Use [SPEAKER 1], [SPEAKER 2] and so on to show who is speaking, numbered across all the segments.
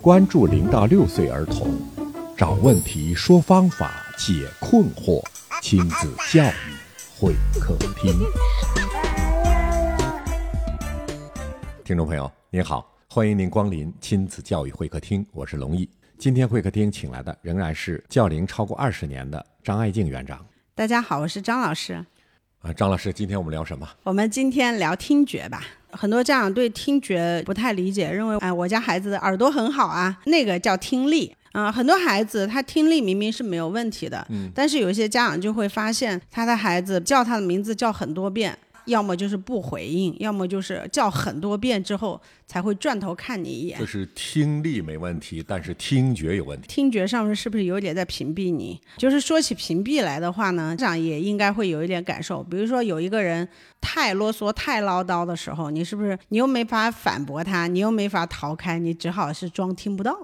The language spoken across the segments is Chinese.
[SPEAKER 1] 关注零到六岁儿童，找问题、说方法、解困惑，亲子教育会客厅。听众朋友，您好，欢迎您光临亲子教育会客厅，我是龙毅。今天会客厅请来的仍然是教龄超过二十年的张爱静园长
[SPEAKER 2] 大家好，我是张老师。
[SPEAKER 1] 啊，张老师，今天我们聊什么？
[SPEAKER 2] 我们今天聊听觉吧。很多家长对听觉不太理解，认为哎，我家孩子的耳朵很好啊，那个叫听力。啊、很多孩子他听力明明是没有问题的，嗯，但是有一些家长就会发现他的孩子叫他的名字叫很多遍，要么就是不回应，要么就是叫很多遍之后才会转头看你一眼
[SPEAKER 1] 就。是听力没问题，但是听觉有问题。
[SPEAKER 2] 听觉上面是不是有点在屏蔽你？就是说起屏蔽来的话呢，家长也应该会有一点感受。比如说有一个人太啰嗦、太唠叨的时候，你是不是你又没法反驳他，你又没法逃开，你只好是装听不到，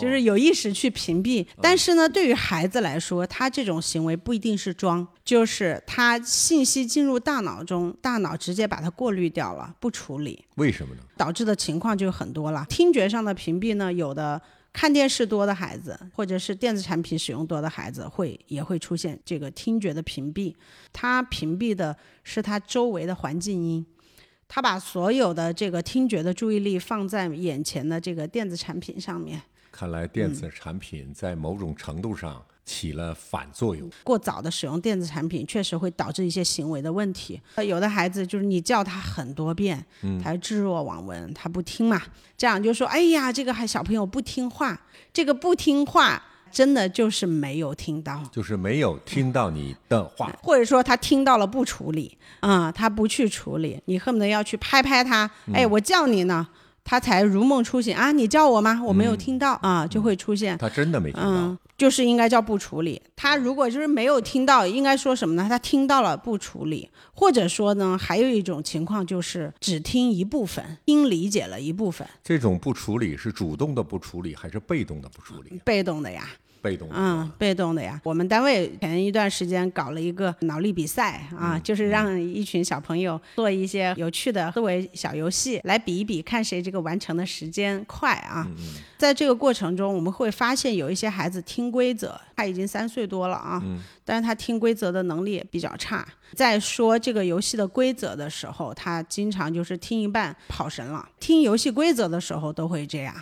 [SPEAKER 2] 就是有意识去屏蔽。但是呢，对于孩子来说，他这种行为不一定是装，就是他信息进入大脑中，大脑直接把它过滤掉了，不处理。
[SPEAKER 1] 为什么呢？
[SPEAKER 2] 导致的情况就很多了。听觉上的屏蔽呢，有的看电视多的孩子，或者是电子产品使用多的孩子，会也会出现这个听觉的屏蔽。它屏蔽的是它周围的环境音，它把所有的这个听觉的注意力放在眼前的这个电子产品上面。
[SPEAKER 1] 看来电
[SPEAKER 2] 嗯
[SPEAKER 1] 子产品在某种程度上起了反作用。
[SPEAKER 2] 过早的使用电子产品，确实会导致一些行为的问题。呃，有的孩子就是你叫他很多遍，他置若罔闻，他不听嘛。家长就说：“哎呀，这个还小朋友不听话，这个不听话，真的就是没有听到。”
[SPEAKER 1] 就是没有听到你的话，
[SPEAKER 2] 或者说他听到了不处理，啊、他不去处理，你恨不得要去拍拍他，哎，我叫你呢，他才如梦初醒啊，你叫我吗？我没有听到、啊，就会出现
[SPEAKER 1] 他真的没听到
[SPEAKER 2] 嗯。，就是应该叫不处理。他如果就是没有听到，应该说什么呢？他听到了不处理，或者说呢，还有一种情况就是只听一部分，听理解了一部分，
[SPEAKER 1] 这种不处理是主动的不处理，还是被动的不处理？
[SPEAKER 2] 被动的呀。
[SPEAKER 1] 被动的。
[SPEAKER 2] 嗯，被动的呀。我们单位前一段时间搞了一个脑力比赛啊，
[SPEAKER 1] 嗯
[SPEAKER 2] 就是让一群小朋友做一些有趣的思维小游戏，来比一比，看谁这个完成的时间快啊。
[SPEAKER 1] 嗯
[SPEAKER 2] 在这个过程中，我们会发现有一些孩子听规则，他已经三岁多了啊，
[SPEAKER 1] 嗯
[SPEAKER 2] 但是他听规则的能力比较差。在说这个游戏的规则的时候，他经常就是听一半跑神了。听游戏规则的时候都会这样。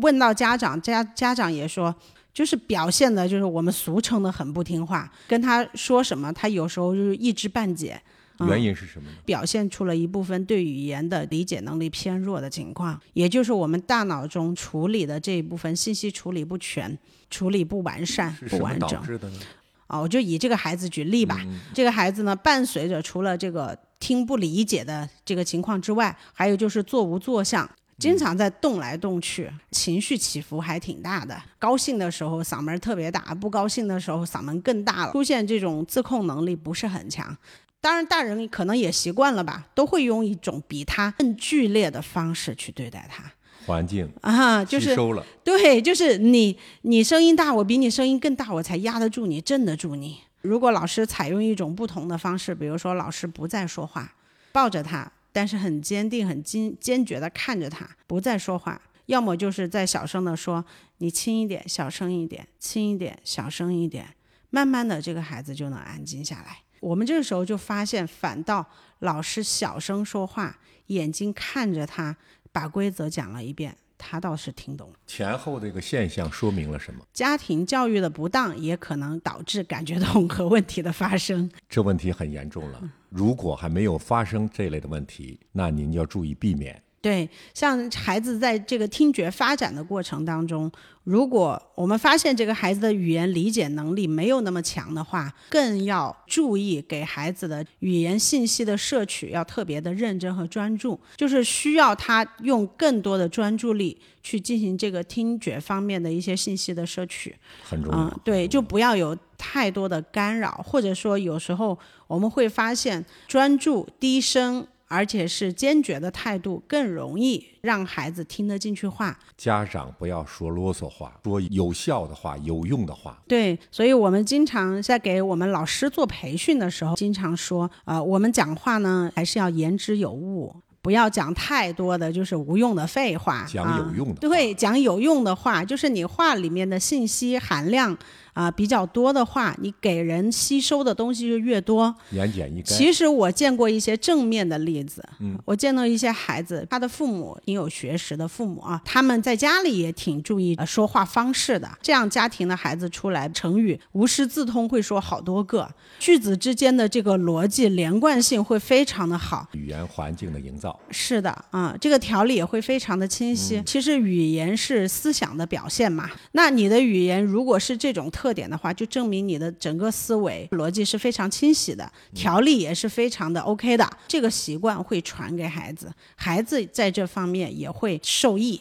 [SPEAKER 2] 问到家长，家家长也说，就是表现的，就是我们俗称的很不听话，跟他说什么，他有时候就是一知半解，
[SPEAKER 1] 原因是什么呢？
[SPEAKER 2] 表现出了一部分对语言的理解能力偏弱的情况，也就是我们大脑中处理的这一部分信息处理不全、处理不完善
[SPEAKER 1] 是、
[SPEAKER 2] 不
[SPEAKER 1] 什么
[SPEAKER 2] 完
[SPEAKER 1] 导
[SPEAKER 2] 整。
[SPEAKER 1] 致的呢？
[SPEAKER 2] 啊，我就以这个孩子举例吧。这个孩子呢，伴随着除了这个听不理解的这个情况之外，还有就是坐无坐相。经常在动来动去，情绪起伏还挺大的。高兴的时候嗓门特别大，不高兴的时候嗓门更大了，出现这种自控能力不是很强。当然，大人可能也习惯了吧，都会用一种比他更剧烈的方式去对待他
[SPEAKER 1] 环境
[SPEAKER 2] 啊，就
[SPEAKER 1] 吸
[SPEAKER 2] 是
[SPEAKER 1] 收了，
[SPEAKER 2] 对，就是你，你声音大，我比你声音更大，我才压得住你，镇得住你。如果老师采用一种不同的方式，比如说老师不再说话，抱着他，但是很坚定、很坚坚决地看着他，不再说话，要么就是在小声地说：“你轻一点，小声一点，轻一点，小声一点。”慢慢的，这个孩子就能安静下来。我们这个时候就发现，反倒老师小声说话，眼睛看着他，把规则讲了一遍，他倒是听懂了。
[SPEAKER 1] 前后这个现象说明了什么？
[SPEAKER 2] 家庭教育的不当也可能导致感觉统合问题的发生。
[SPEAKER 1] 这问题很严重
[SPEAKER 2] 嗯
[SPEAKER 1] 了。如果还没有发生这类的问题，那您要注意避免。
[SPEAKER 2] 对，像孩子在这个听觉发展的过程当中，如果我们发现这个孩子的语言理解能力没有那么强的话，更要注意给孩子的语言信息的摄取要特别的认真和专注，就是需要他用更多的专注力去进行这个听觉方面的一些信息的摄取。
[SPEAKER 1] 很重要。
[SPEAKER 2] 嗯，对，就不要有太多的干扰，或者说有时候我们会发现专注、低声，而且是坚决的态度，更容易让孩子听得进去话。
[SPEAKER 1] 家长不要说啰嗦话，说有效的话、有用的话。
[SPEAKER 2] 对，所以我们经常在给我们老师做培训的时候，经常说，呃，我们讲话呢还是要言之有物。不要讲太多的就是无用的废话，
[SPEAKER 1] 讲有用的
[SPEAKER 2] 啊，对，讲有用的话，就是你话里面的信息含量啊、比较多的话，你给人吸收的东西就越多。
[SPEAKER 1] 言简意赅。
[SPEAKER 2] 其实我见过一些正面的例子，嗯，我见到一些孩子，他的父母挺有学识的父母啊，他们在家里也挺注意呃说话方式的，这样家庭的孩子出来，成语无师自通会说好多个，句子之间的这个逻辑连贯性会非常的好。
[SPEAKER 1] 语言环境的营造，
[SPEAKER 2] 是的，啊、这个条理也会非常的清晰。其实语言是思想的表现嘛，那你的语言如果是这种特点的话，就证明你的整个思维逻辑是非常清晰的，条理也是非常的 OK 的。这个习惯会传给孩子，孩子在这方面也会受益。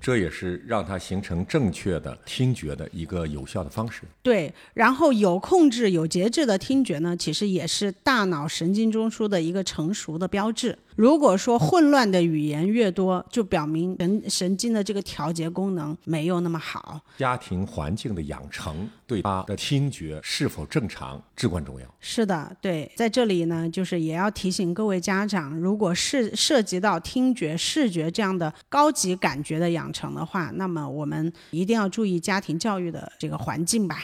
[SPEAKER 1] 这也是让它形成正确的听觉的一个有效的方式。
[SPEAKER 2] 对，然后有控制、有节制的听觉呢，其实也是大脑神经中枢的一个成熟的标志。如果说混乱的语言越多，就表明神神经的这个调节功能没有那么好。
[SPEAKER 1] 家庭环境的养成对他的听觉是否正常至关重要。
[SPEAKER 2] 是的，对，在这里呢，就是也要提醒各位家长，如果是涉及到听觉、视觉这样的高级感觉的养成的话，那么我们一定要注意家庭教育的这个环境吧。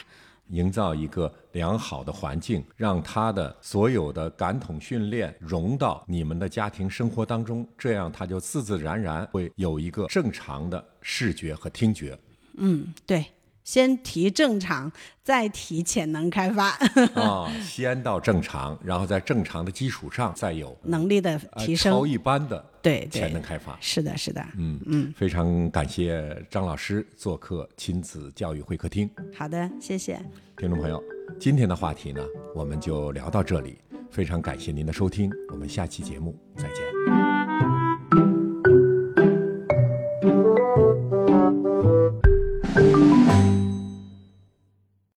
[SPEAKER 1] 营造一个良好的环境，让他的所有的感统训练融到你们的家庭生活当中，这样他就自自然然会有一个正常的视觉和听觉。
[SPEAKER 2] 嗯，对，先提正常，再提潜能开发
[SPEAKER 1] 啊，先到正常，然后在正常的基础上再有
[SPEAKER 2] 能力的
[SPEAKER 1] 呃
[SPEAKER 2] 提升。
[SPEAKER 1] 超一般的
[SPEAKER 2] 对
[SPEAKER 1] 潜
[SPEAKER 2] 对
[SPEAKER 1] 能，开发。
[SPEAKER 2] 是的，是的。
[SPEAKER 1] 嗯嗯，非常感谢张老师做客亲子教育会客厅。
[SPEAKER 2] 好的，谢谢。
[SPEAKER 1] 听众朋友，今天的话题呢，我们就聊到这里。非常感谢您的收听，我们下期节目再见。